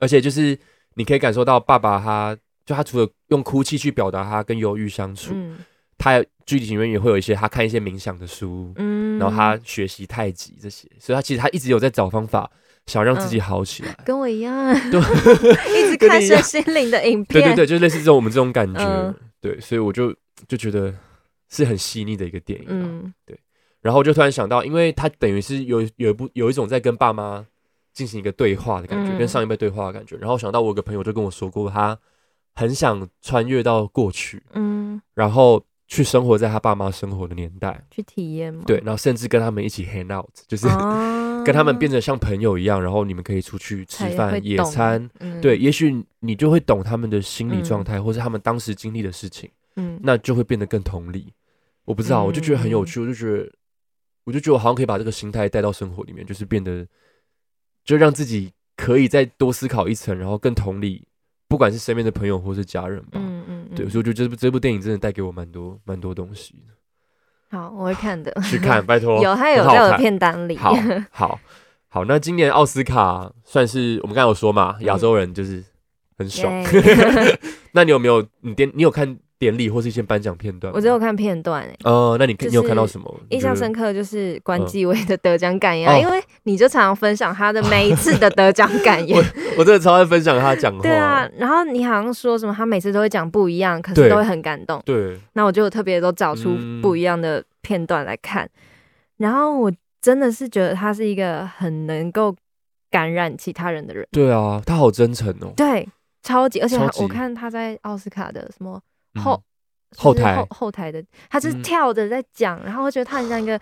Speaker 2: 而且就是你可以感受到爸爸他。就他除了用哭泣去表达他跟忧郁相处，
Speaker 3: 嗯
Speaker 2: 他剧里面也会有一些他看一些冥想的书，
Speaker 3: 嗯，
Speaker 2: 然后他学习太极这些，所以他其实他一直有在找方法，想让
Speaker 3: 嗯
Speaker 2: 自己好起来。
Speaker 3: 跟我一样，
Speaker 2: 对
Speaker 3: 一直
Speaker 2: 跟
Speaker 3: 看
Speaker 2: 你一样
Speaker 3: 身心灵的 影
Speaker 2: 对对
Speaker 3: 片，
Speaker 2: 对，就是类似这种我们这种感觉，
Speaker 3: 嗯
Speaker 2: 对，所以我就就觉得是很细腻的一个电影、啊。
Speaker 3: 嗯
Speaker 2: 然后我就突然想到，因为他等于是有有一部有一种在跟爸妈进行一个对话的感觉，
Speaker 3: 嗯
Speaker 2: 跟上一辈对话的感觉。然后我想到我有个朋友就跟我说过，他很想穿越到过去，
Speaker 3: 嗯，
Speaker 2: 然后去生活在他爸妈生活的年代，
Speaker 3: 去体验嘛，
Speaker 2: 对，然后甚至跟他们一起 hang out，就是、
Speaker 3: 哦，
Speaker 2: 跟他们变成像朋友一样，然后你们可以出去吃
Speaker 3: 才会
Speaker 2: 饭、野
Speaker 3: 懂
Speaker 2: 餐。，
Speaker 3: 嗯
Speaker 2: 对，，也许你就会懂他们的心理
Speaker 3: 嗯
Speaker 2: 状态，或是他们当时经历的事情，
Speaker 3: 嗯
Speaker 2: 那就会变得更同理。我不知道，我就觉得很有趣，我就觉得，我就觉得我好像可以把这个心态带到生活里面，就是变得，就让自己可以再多思考一层，然后更同理，不管是身边的朋友或是家人吧。
Speaker 3: 嗯嗯，
Speaker 2: 对，
Speaker 3: 嗯
Speaker 2: 所以我觉得这部这部电影真的带给我蛮多蛮多东西的，
Speaker 3: 好，我会看 的，
Speaker 2: 去 看，拜托。
Speaker 3: 有他有
Speaker 2: 很好
Speaker 3: 在我的
Speaker 2: 看
Speaker 3: 片单里，
Speaker 2: 好好好，那今年奥斯卡算是我们刚才有说嘛，亚洲人就是很爽。
Speaker 3: 嗯耶
Speaker 2: 那你有没有你典你有看典礼或是一些颁奖片段吗？
Speaker 3: 我只有看片段哎。
Speaker 2: 呃，那你看、
Speaker 3: 就是
Speaker 2: 你有看到什么
Speaker 3: 印象深
Speaker 2: 刻？
Speaker 3: 刻就是关
Speaker 2: 嗯
Speaker 3: 继威的得奖感言啊，
Speaker 2: 哦
Speaker 3: 因为你就常常分享他的每一次的得奖感言，
Speaker 2: 我真的超爱分享他讲话。
Speaker 3: 对啊，，然后你好像说什么他每次都会讲不一样，可
Speaker 2: 对
Speaker 3: 是都会很感动。
Speaker 2: 对，
Speaker 3: 那我就特别都找出
Speaker 2: 嗯
Speaker 3: 不一样的片段来看，然后我真的是觉得他是一个很能够感染其他人的人，
Speaker 2: 对啊，他好真诚哦。
Speaker 3: 对，超级，而且他
Speaker 2: 超级
Speaker 3: 我看他在奥斯卡的什么
Speaker 2: 嗯
Speaker 3: 后、就是
Speaker 2: 后台
Speaker 3: 后后台的，他就是
Speaker 2: 嗯
Speaker 3: 跳着在讲，然后我觉得他很像一个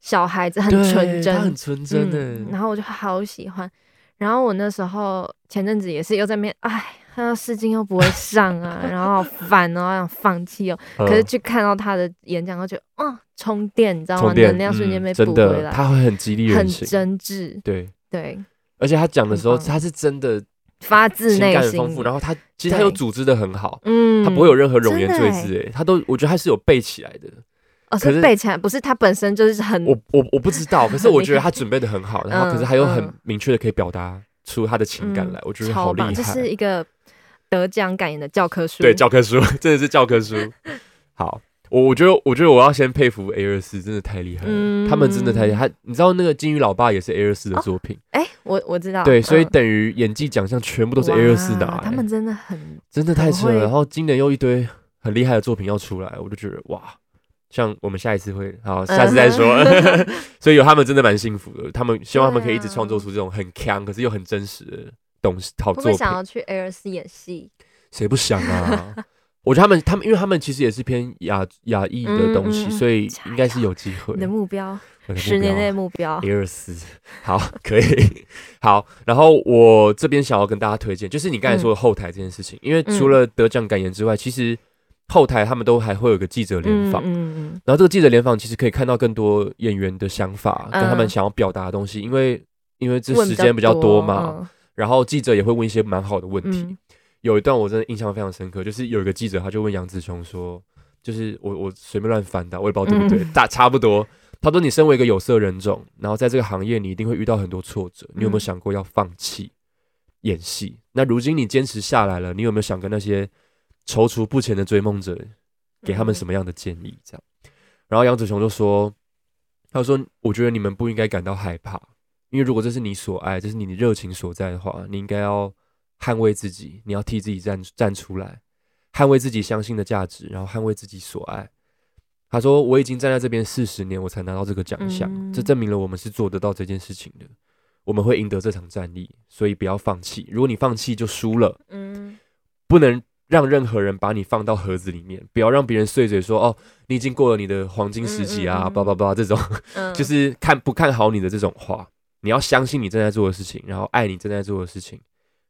Speaker 3: 小孩子，很
Speaker 2: 对
Speaker 3: 纯真，
Speaker 2: 他很纯真欸
Speaker 3: 嗯
Speaker 2: 的。
Speaker 3: 然后我就好喜欢。然后我那时候前阵子也是又在那边，哎，他的试镜又不会上啊，然后好烦哦，好想放弃哦。
Speaker 2: 嗯
Speaker 3: 可是去看到他的演讲，我觉得哦，充电，你知道吗？
Speaker 2: 充电
Speaker 3: 能量瞬间
Speaker 2: 嗯
Speaker 3: 被补
Speaker 2: 真
Speaker 3: 回
Speaker 2: 的，
Speaker 3: 来，
Speaker 2: 他会很激励
Speaker 3: 很
Speaker 2: 人心。
Speaker 3: 真挚，
Speaker 2: 对，
Speaker 3: 对，
Speaker 2: 而且他讲的时候，
Speaker 3: 很棒
Speaker 2: 他是真的
Speaker 3: 发自
Speaker 2: 情
Speaker 3: 内
Speaker 2: 感很丰
Speaker 3: 心
Speaker 2: 富，。然后他其实他又
Speaker 3: 对
Speaker 2: 组织的很好。
Speaker 3: 嗯，
Speaker 2: 他不会有任何容颜
Speaker 3: 真的欸
Speaker 2: 赘字，哎，他都我觉得他是有背起来的。
Speaker 3: 哦，
Speaker 2: 可是
Speaker 3: 是背起来，不是他本身就是很
Speaker 2: 我我我不知道，可是我觉得
Speaker 3: 厉害
Speaker 2: 他准备的很好，然后
Speaker 3: 嗯
Speaker 2: 可是他又很
Speaker 3: 嗯
Speaker 2: 明确的可以表达出他的情感
Speaker 3: 嗯
Speaker 2: 来，我觉得好
Speaker 3: 超
Speaker 2: 厉
Speaker 3: 棒，这是
Speaker 2: 害。
Speaker 3: 一个得奖感言的教科书。
Speaker 2: 对，教科书真的是教科书。好，我我觉得，我觉得我要先佩服 A 二四，真的太厉害了，
Speaker 3: 嗯
Speaker 2: 他们真的太厉害。他你知道那个《金鱼老爸》也是 A 二四的作品，
Speaker 3: 哎、我我知道，
Speaker 2: 对，所以
Speaker 3: 嗯
Speaker 2: 等于演技奖项全部都是 A 二四拿、
Speaker 3: 哇
Speaker 2: 欸
Speaker 3: 他们真的很
Speaker 2: 真的太扯了。
Speaker 3: 会
Speaker 2: 然后今年又一堆很厉害的作品要出来，我就觉得哇，像我们下一次会好，下次再说。 所以有他们真的蛮幸福的，他们希望他们可以一直
Speaker 3: 嗯对啊
Speaker 2: 创作出这种很强，可是又很真实的东西好
Speaker 4: 会不会
Speaker 2: 作品。
Speaker 4: 想要去 A 二四演戏？
Speaker 2: 谁不想 啊？我觉得他们，他们，因为他们其实也是偏亚亚裔的东西，
Speaker 3: 嗯嗯嗯
Speaker 2: 所以应该是有机会。
Speaker 3: 你的目标，
Speaker 2: 我的目标啊
Speaker 3: 十年内的目标，
Speaker 2: 一二四， 好，可以，好。然后我这边想要跟大家推荐，就是你刚才说的
Speaker 3: 嗯
Speaker 2: 后台这件事情，因为除了得奖感言之外，其实后台他们都还会有个记者联
Speaker 3: 嗯
Speaker 2: 访。
Speaker 3: 嗯嗯，
Speaker 2: 然后这个记者联访其实可以看到更多演员的想法，跟他们
Speaker 3: 嗯
Speaker 2: 想要表达的东西，因为因为这
Speaker 3: 问
Speaker 2: 时间比较多
Speaker 3: 多
Speaker 2: 嘛，，然后记者也会问一些蛮好的问题。
Speaker 3: 嗯
Speaker 2: 有一段我真的印象非常深刻，就是有一个记者他就问杨紫琼说，就是我我随便乱翻的，我也不知道对不对，
Speaker 3: 嗯
Speaker 2: 大差不多。他说你身为一个有色人种，然后在这个行业你一定会遇到很多挫折，你有没有
Speaker 3: 嗯
Speaker 2: 想过要放弃演戏？那如今你坚持下来了，你有没有想跟那些踌躇不前的追梦者，给他们
Speaker 3: 嗯
Speaker 2: 什么样的建议？这样，然后杨紫琼就说，他说我觉得你们不应该感到害怕，因为如果这是你所爱，这是你的热情所在的话，你应该要捍卫自己，你要替自己站站出来，捍卫自己相信的价值，然后捍卫自己所爱。他说：“我已经站在这边四十年，我才拿到这个奖项，
Speaker 3: 嗯
Speaker 2: 这证明了我们是做得到这件事情的。我们会赢得这场战役，所以不要放弃。如果你放弃就输了，
Speaker 4: 嗯，
Speaker 2: 不能让任何人把你放到盒子里面，不要让别人碎嘴说哦，你已经过了你的黄金时期
Speaker 4: 嗯
Speaker 2: 啊，
Speaker 4: 嗯嗯
Speaker 2: 叭叭叭这种，
Speaker 4: 嗯
Speaker 2: 就是看不看好你的这种话。你要相信你正在做的事情，然后爱你正在做的事情，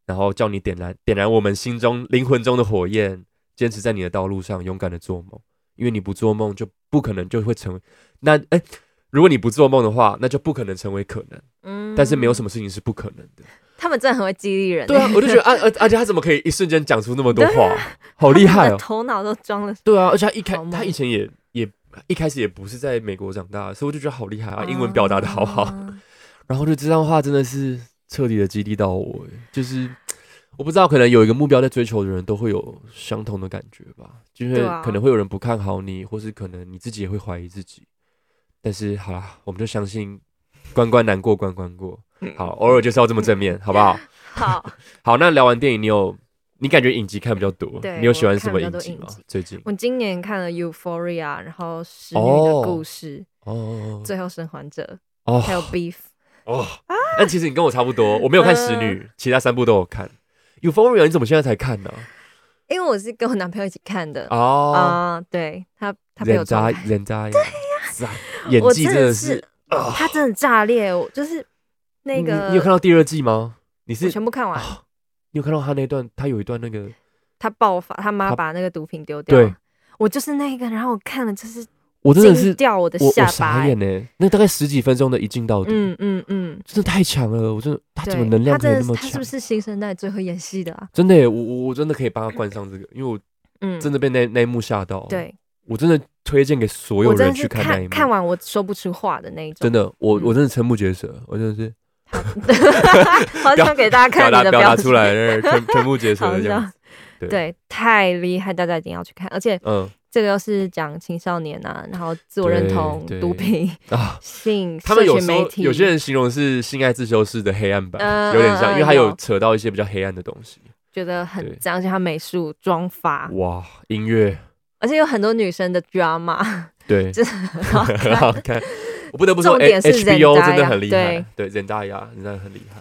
Speaker 2: 然后叫你点燃点燃我们心中灵魂中的火焰，坚持在你的道路上，勇敢的做梦。因为你不做梦，就不可能就会成为那哎、如果你不做梦的话，那就不可能成为可能。
Speaker 4: 嗯
Speaker 2: 但是没有什
Speaker 4: 么，
Speaker 2: 么事情是不可能 的。
Speaker 4: 他们真的很会激
Speaker 3: 欸
Speaker 4: 励人。
Speaker 2: 对啊，我就觉得啊，而而且他怎么可以一瞬间讲出那么多 话，
Speaker 4: 啊
Speaker 2: 好厉害
Speaker 3: 他们的
Speaker 2: 哦！
Speaker 3: 头脑都装了，
Speaker 2: 对啊，而且他一开
Speaker 3: 好猛
Speaker 2: 他以前也也一开始也不是在美国长大的，所以我就觉得好厉害啊，
Speaker 3: 啊
Speaker 2: 英文表达的好好。然后就这段话真的是彻底的激励到我，欸就是我不知道，可能有一个目标在追求的人都会有相同的感觉吧，就是
Speaker 3: 对啊
Speaker 2: 可能会有人不看好你，或是可能你自己也会怀疑自己。但是好啦，我们就相信关关难过关关过，
Speaker 3: 嗯
Speaker 2: 好，偶尔就是要这么正面，好不 好？
Speaker 4: 好，
Speaker 2: 好，那聊完电影，你有你感觉影集看比较多，
Speaker 3: 对
Speaker 2: 你有喜欢什么
Speaker 3: 我看比较
Speaker 2: 影集吗
Speaker 3: 多影集？
Speaker 2: 最近
Speaker 3: 我今年看了《Euphoria》，然后《使女
Speaker 2: 哦
Speaker 3: 的故事》
Speaker 2: 哦
Speaker 3: 最后生还者》，还有啊
Speaker 2: 哦
Speaker 3: 《Beef》。
Speaker 2: 哦，但其实你跟我差不多，我没有看《
Speaker 3: 嗯
Speaker 2: 使女》，其他三部都有看。有 f o r i a 你怎么现在才看呢？
Speaker 4: 因为我是跟我男朋友一起看的
Speaker 2: 哦，
Speaker 3: 啊，对他，他被
Speaker 2: 人
Speaker 3: 我
Speaker 2: 渣
Speaker 3: 抓，
Speaker 2: 人渣呀，赞演
Speaker 3: 我
Speaker 2: 技真的
Speaker 3: 的
Speaker 2: 是
Speaker 3: 是，
Speaker 2: 啊
Speaker 3: 他真的炸裂，我就是那
Speaker 2: 你
Speaker 3: 个
Speaker 2: 你有看到第二季吗？你
Speaker 3: 我
Speaker 2: 是
Speaker 3: 全部看完，
Speaker 2: 啊你有看到他那段，他有一段那个
Speaker 3: 他爆发，他妈
Speaker 2: 他
Speaker 3: 把那个毒品丢掉，
Speaker 2: 对，
Speaker 3: 我就是那个，然后我看了就是
Speaker 2: 我真的
Speaker 3: 惊
Speaker 2: 是
Speaker 3: 掉我的
Speaker 2: 我
Speaker 3: 下
Speaker 2: 我
Speaker 3: 巴
Speaker 2: 傻
Speaker 3: 欸，
Speaker 2: 眼呢，那大概十几分钟的一镜到底，
Speaker 3: 嗯嗯嗯，
Speaker 2: 真的太强了，我真的他
Speaker 3: 对，
Speaker 2: 怎么能量
Speaker 3: 他
Speaker 2: 可以
Speaker 3: 真的
Speaker 2: 那
Speaker 3: 是
Speaker 2: 么
Speaker 3: 他是
Speaker 2: 强
Speaker 3: 不？是新生代最会演戏的啊？
Speaker 2: 真的耶，欸我我我真的可以帮他冠上这个，因为我
Speaker 3: 嗯，
Speaker 2: 真的被那那一幕吓到。，
Speaker 3: 对，
Speaker 2: 我真的推荐给所有
Speaker 3: 哦我真
Speaker 2: 人去
Speaker 3: 的是
Speaker 2: 那一
Speaker 3: 看
Speaker 2: 幕。
Speaker 3: 看完我说不出话的那一种，
Speaker 2: 真的，我
Speaker 3: 嗯
Speaker 2: 我真的瞠目结舌，我真的是
Speaker 3: 好想给大家
Speaker 2: 表
Speaker 3: 看
Speaker 2: 达
Speaker 3: 你的
Speaker 2: 表达
Speaker 3: 情
Speaker 2: 出来，呃瞠瞠目结 舌
Speaker 3: 好
Speaker 2: 的这样
Speaker 3: 像
Speaker 2: 子。对
Speaker 3: 对，太厉害，大家一定要去看。而且
Speaker 2: 嗯
Speaker 3: 这个又是讲青少年啊，然后自我认同
Speaker 2: 对对、
Speaker 3: 毒品、
Speaker 2: 啊，
Speaker 3: 性、
Speaker 2: 他们
Speaker 3: 社
Speaker 2: 有
Speaker 3: 群
Speaker 2: 时
Speaker 3: 媒
Speaker 2: 候
Speaker 3: 体，
Speaker 2: 有些人形容是性爱自修室的黑暗版，
Speaker 3: 嗯
Speaker 2: 有点像，
Speaker 3: 嗯嗯
Speaker 2: 因为它有
Speaker 3: 有
Speaker 2: 扯到一些比较黑暗的东西。
Speaker 3: 觉得很
Speaker 2: 对
Speaker 3: 赞，而且他美术妆法，
Speaker 2: 哇，音乐
Speaker 3: 而且有很多女生的 drama，
Speaker 2: 对，
Speaker 3: 真的很好
Speaker 2: 很好 看。我不得不说
Speaker 3: 重点是
Speaker 2: h b o
Speaker 3: 人渣
Speaker 2: 真的
Speaker 3: 呀
Speaker 2: 很厉害
Speaker 3: 对，
Speaker 2: 对，人大牙人大很厉害。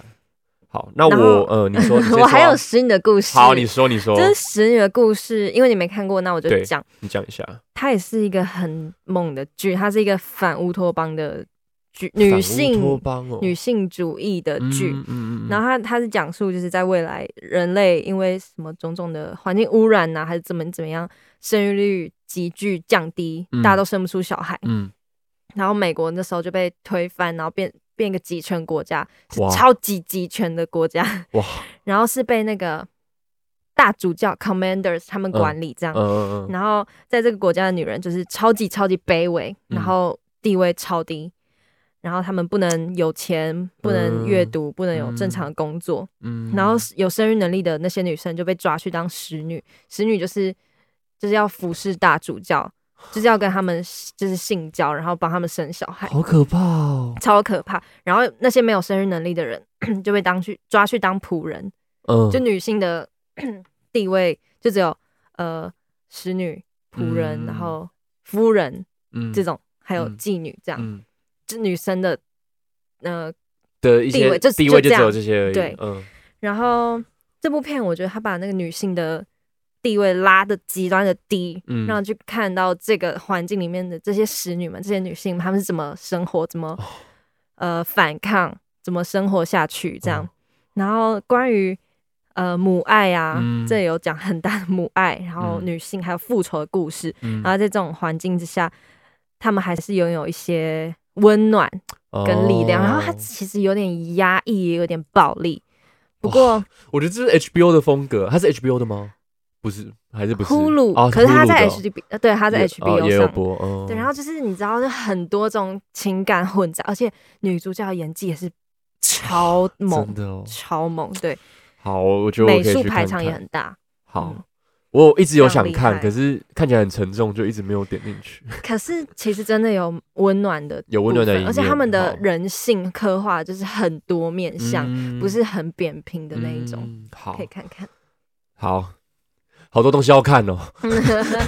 Speaker 2: 好，那
Speaker 3: 然后
Speaker 2: 我呃，你 说，你先说
Speaker 4: 我还
Speaker 2: 啊
Speaker 4: 有使你的故事。
Speaker 2: 好，你说，你说
Speaker 3: 就，是使女的故事，因为你没看过，那我就
Speaker 2: 对
Speaker 3: 讲。
Speaker 2: 你讲一下。
Speaker 3: 它也是一个很猛的剧，它是一个反乌托邦的剧，
Speaker 2: 反
Speaker 3: 女
Speaker 2: 乌托
Speaker 3: 性
Speaker 2: 邦哦
Speaker 3: 女性主义的剧。
Speaker 2: 嗯嗯嗯
Speaker 3: 然
Speaker 2: 后
Speaker 3: 后它它是讲述就是在未来人类因为什么种种的环境污染啊呐、还是怎么怎么样，生育率急剧降低，
Speaker 2: 嗯
Speaker 3: 大家都生不出小孩。
Speaker 2: 嗯，
Speaker 3: 然后美国那时候就被推翻，然后变变一个集权国家，是
Speaker 2: 哇
Speaker 3: 超级集权的国家。
Speaker 2: 哇，
Speaker 3: 然后是被那个大主教 Commanders 他们
Speaker 2: 嗯
Speaker 3: 管理这样。
Speaker 2: 嗯嗯嗯，
Speaker 3: 然后在这个国家的女人就是超级超级卑微，
Speaker 2: 嗯
Speaker 3: 然后地位超低，然后她们不能有钱，不能阅读，不能有正常的工作，
Speaker 2: 嗯
Speaker 3: 然后有生育能力的 那些女生就被抓去当使女，使女就是就是要服侍大主教，就是要跟他们就是性交，然后帮他们生小孩，
Speaker 2: 好可怕哦。
Speaker 3: 超可怕。然后那些没有生育能力的人 就被当去抓去当仆人，
Speaker 2: 嗯，
Speaker 3: 就女性的 地位就只有呃使女、仆人，
Speaker 2: 嗯
Speaker 3: 然后夫人
Speaker 2: 嗯
Speaker 3: 这种，还有
Speaker 2: 嗯
Speaker 3: 妓女这样，
Speaker 2: 嗯
Speaker 3: 就女生的呃
Speaker 2: 的一
Speaker 3: 地
Speaker 2: 些
Speaker 3: 位就
Speaker 2: 地位就
Speaker 3: 就这
Speaker 2: 只
Speaker 3: 样
Speaker 2: 有这些而已。
Speaker 3: 对
Speaker 2: 嗯，
Speaker 3: 然后这部片，我觉得他把那个女性的地位拉的极端的低，
Speaker 2: 嗯
Speaker 3: 让去看到这个环境里面的这些使女们、这些女性们，她们是怎么生活、怎么、
Speaker 2: 哦
Speaker 3: 呃反抗、怎么生活下去这样。
Speaker 2: 哦
Speaker 3: 然后关于呃母爱啊，
Speaker 2: 嗯
Speaker 3: 这有讲很大的母爱，然后
Speaker 2: 嗯
Speaker 3: 女性还有复仇的故事。
Speaker 2: 嗯
Speaker 3: 然后在这种环境之下，她们还是拥有一些温暖，跟力量，然后它
Speaker 2: 哦
Speaker 3: 其实有点压抑，也有点暴力。不过
Speaker 2: 我觉得这是 HBO 的风格，它是 HBO 的吗？不是，还是不是
Speaker 3: 呼噜，
Speaker 2: 哦
Speaker 3: 可是它
Speaker 2: Hulu 的
Speaker 3: 在
Speaker 2: 哦
Speaker 3: HB，呃，对，它在
Speaker 2: 也
Speaker 3: HBO
Speaker 2: 也有
Speaker 3: 上。
Speaker 2: 播，嗯
Speaker 3: 对，然后就是你知道，就很多种情感混杂，而且女主角的演技也是超
Speaker 2: 真
Speaker 3: 猛，
Speaker 2: 的哦，
Speaker 3: 超猛。对，
Speaker 2: 好，我觉得我
Speaker 3: 美
Speaker 2: 可以
Speaker 3: 术
Speaker 2: 去
Speaker 3: 排
Speaker 2: 看
Speaker 3: 场
Speaker 2: 看
Speaker 3: 也很大。嗯
Speaker 2: 好。我一直有想
Speaker 3: 非常厉
Speaker 2: 看，
Speaker 3: 害
Speaker 2: 可是看起来很沉重，就一直没有点进去。
Speaker 3: 可是其实真的有温暖的
Speaker 2: 有 温暖的
Speaker 3: 部分而且
Speaker 2: 一面
Speaker 3: 他们的
Speaker 2: 好
Speaker 3: 人性刻画就是很多面向，
Speaker 2: 嗯
Speaker 3: 不是很扁平的那一种，
Speaker 2: 嗯好
Speaker 3: 可以看 看。
Speaker 2: 好好多东西要看哦，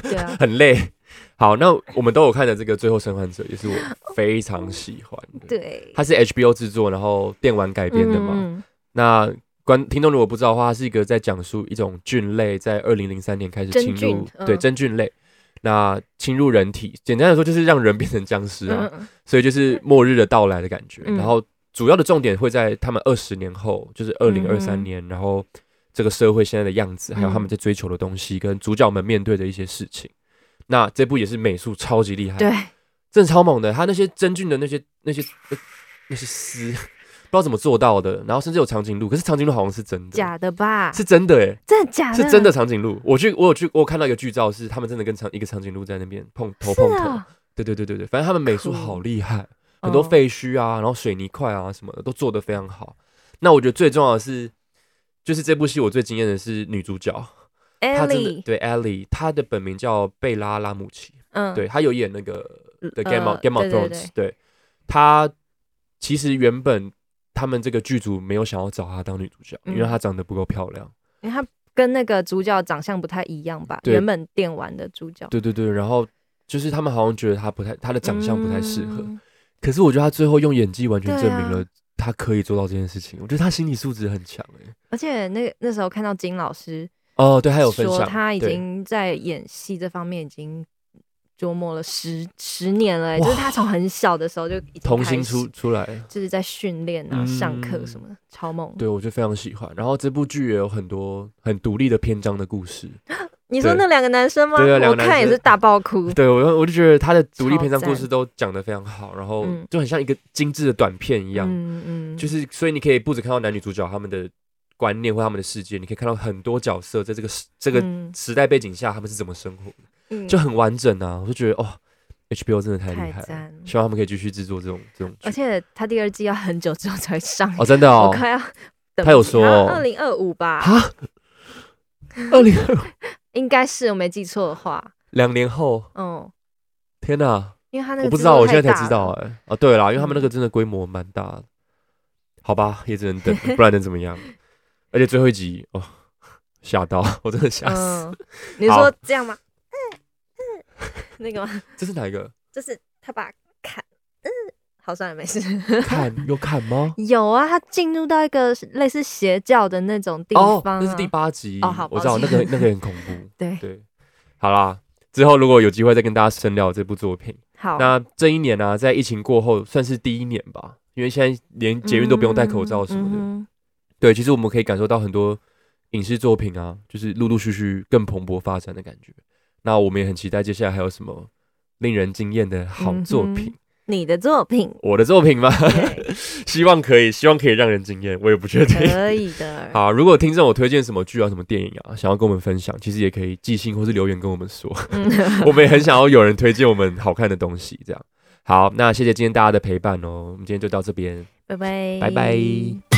Speaker 3: 对啊，
Speaker 2: 很累。好，那我们都有看的这个《最后生还者》也是我非常喜欢的。，
Speaker 4: 对，
Speaker 2: 它是 HBO 制作，然后电玩改编的嘛。
Speaker 3: 嗯嗯嗯
Speaker 2: 那观听众如果不知道的话，它是一个在讲述一种菌类在二零零三年开始
Speaker 3: 真
Speaker 2: 侵入
Speaker 3: 菌，嗯
Speaker 2: 对真菌类，那侵入人体，简单来说就是让人变成僵尸啊，
Speaker 3: 嗯嗯
Speaker 2: 所以就是末日的到来的感觉。
Speaker 3: 嗯
Speaker 2: 然后主要的重点会在他们二十年后，就是二零二三
Speaker 3: 嗯
Speaker 2: 年，然后这个社会现在的样子，还有他们在追求的东西，跟主角们面对的一些事情。那这部也是美术超级厉害，
Speaker 3: 对，
Speaker 2: 真的超猛的，他那些真菌的那些那些那那些丝，不知道怎么做到的。然后甚至有长颈鹿，可是长颈鹿好像是真的，
Speaker 3: 假的吧？
Speaker 2: 是真的诶，
Speaker 3: 真的假的？
Speaker 2: 是真的长颈鹿。我去，我有去，我有看到一个剧照，是他们真的跟长一个长颈鹿在那边碰头碰
Speaker 3: 是
Speaker 2: 头。
Speaker 3: 啊
Speaker 2: 对对对对对，反正他们美术
Speaker 3: 酷
Speaker 2: 好厉害，很多
Speaker 3: 哦
Speaker 2: 废墟啊，然后水泥块啊什么的都做得非常好。那我觉得最重要的是，就是这部戏我最惊艳的是女主角，她真的
Speaker 3: Ellie，
Speaker 2: 对 Ellie，她的本名叫贝拉拉姆齐，
Speaker 3: 嗯，
Speaker 2: 对，她有演那个
Speaker 3: 嗯
Speaker 2: 的 Game of、
Speaker 3: 呃
Speaker 2: Game of
Speaker 3: 对对
Speaker 2: Thrones，对她其实原本他们这个剧组没有想要找她当女主角，因为
Speaker 3: 嗯
Speaker 2: 她长得不够漂亮。
Speaker 3: 因为他跟那个主角长相不太一样吧？
Speaker 2: 对
Speaker 3: 原本电玩的主角
Speaker 2: 对对对，然后就是他们好像觉得她不太，她的长相不太适合。
Speaker 3: 嗯
Speaker 2: 可是我觉得她最后用演技完全证明
Speaker 3: 对啊
Speaker 2: 了她可以做到这件事情。我觉得她心理素质很强哎、
Speaker 3: 而且那那时候看到金老师
Speaker 2: 哦，对，她有分
Speaker 3: 说
Speaker 2: 享，
Speaker 3: 他已
Speaker 2: 对
Speaker 3: 经在演戏这方面已经琢磨了十十年了欸，
Speaker 2: 哇
Speaker 3: 就是他从很小的时候就已经
Speaker 2: 童
Speaker 3: 开
Speaker 2: 星
Speaker 3: 始嗯
Speaker 2: 出出来，
Speaker 3: 就是在训练啊、
Speaker 2: 嗯
Speaker 3: 上课什么的，超猛。
Speaker 2: 对我就非常喜欢。然后这部剧也有很多很独立的篇章的故事，
Speaker 3: 你说
Speaker 2: 对
Speaker 3: 那两个男生吗？
Speaker 2: 对啊两
Speaker 3: 我
Speaker 2: 个男
Speaker 3: 看也
Speaker 2: 生
Speaker 3: 是大爆哭。
Speaker 2: 对我我就觉得他的独立篇章
Speaker 3: 嗯超赞
Speaker 2: 故事都讲得非常好，然后
Speaker 3: 嗯
Speaker 2: 就很像一个精致的短片一样，
Speaker 3: 嗯嗯，
Speaker 2: 就是所以你可以不只看到男女主角他们的观念或他们的世界，你可以看到很多角色在这个时这个
Speaker 3: 嗯
Speaker 2: 时代背景下他们是怎么生活的，
Speaker 3: 嗯
Speaker 2: 就很完整啊！我就觉得哦，HBO 真的太厉
Speaker 3: 太
Speaker 2: 害了，
Speaker 3: 赞了。
Speaker 2: 希望他们可以继续制作这种这种剧。
Speaker 3: 而且他第二季要很久之后才会上
Speaker 2: 哦，真的
Speaker 3: 我
Speaker 2: 哦，
Speaker 3: 快要等
Speaker 2: 他有说
Speaker 3: 二零二五吧，
Speaker 2: 哈，二零
Speaker 3: 应该是我没记错的话，
Speaker 2: 两年后，
Speaker 3: 嗯，
Speaker 2: 天哪、
Speaker 3: 因为他那个
Speaker 2: 我不知道，我
Speaker 3: 制作
Speaker 2: 现
Speaker 3: 太
Speaker 2: 在
Speaker 3: 大
Speaker 2: 才知道
Speaker 3: 了，
Speaker 2: 哎、啊，对啦，因为他们
Speaker 3: 嗯
Speaker 2: 那个真的规模蛮大的，好吧，也只能等，不然能怎么样？而且最后一集哦，吓到我，真的啊吓死。
Speaker 3: 嗯，你是说这 样吗？嗯嗯，那个吗？
Speaker 2: 这是哪一个？
Speaker 3: 就是他把砍，嗯，好，算了，没事。？
Speaker 2: 看有看吗
Speaker 3: 有啊，他进入到一个类似邪教的那种地
Speaker 2: 哦
Speaker 3: 方，啊，
Speaker 2: 那是第八集
Speaker 3: 哦好
Speaker 2: 我知道
Speaker 3: 抱
Speaker 2: 那
Speaker 3: 歉
Speaker 2: 个那个很恐怖。
Speaker 3: 对，
Speaker 2: 对，好啦，之后如果有机会再跟大家深聊这部作品。
Speaker 3: 好，
Speaker 2: 那这一年呢、在疫情过后算是第一年吧，因为现在连捷运都不用戴口罩什么的。
Speaker 3: 嗯嗯
Speaker 2: 对，其实我们可以感受到很多影视作品啊，就是陆陆续续更蓬勃发展的感觉。那我们也很期待接下来还有什么令人惊艳的好作品。
Speaker 3: 嗯你的作 品
Speaker 2: 我的作品吗？
Speaker 3: 对
Speaker 2: 希望可以，希望可以让人惊艳。我也不确定。
Speaker 3: 可以的，
Speaker 2: 好，如果听众有推荐什么剧啊、什么电影啊，想要跟我们分享，其实也可以寄信或是留言跟我们说。我们也很想要有人推荐我们好看的东西，这样。好，那谢谢今天大家的陪伴哦，我们今天就到这边。
Speaker 3: 拜拜，
Speaker 2: 拜拜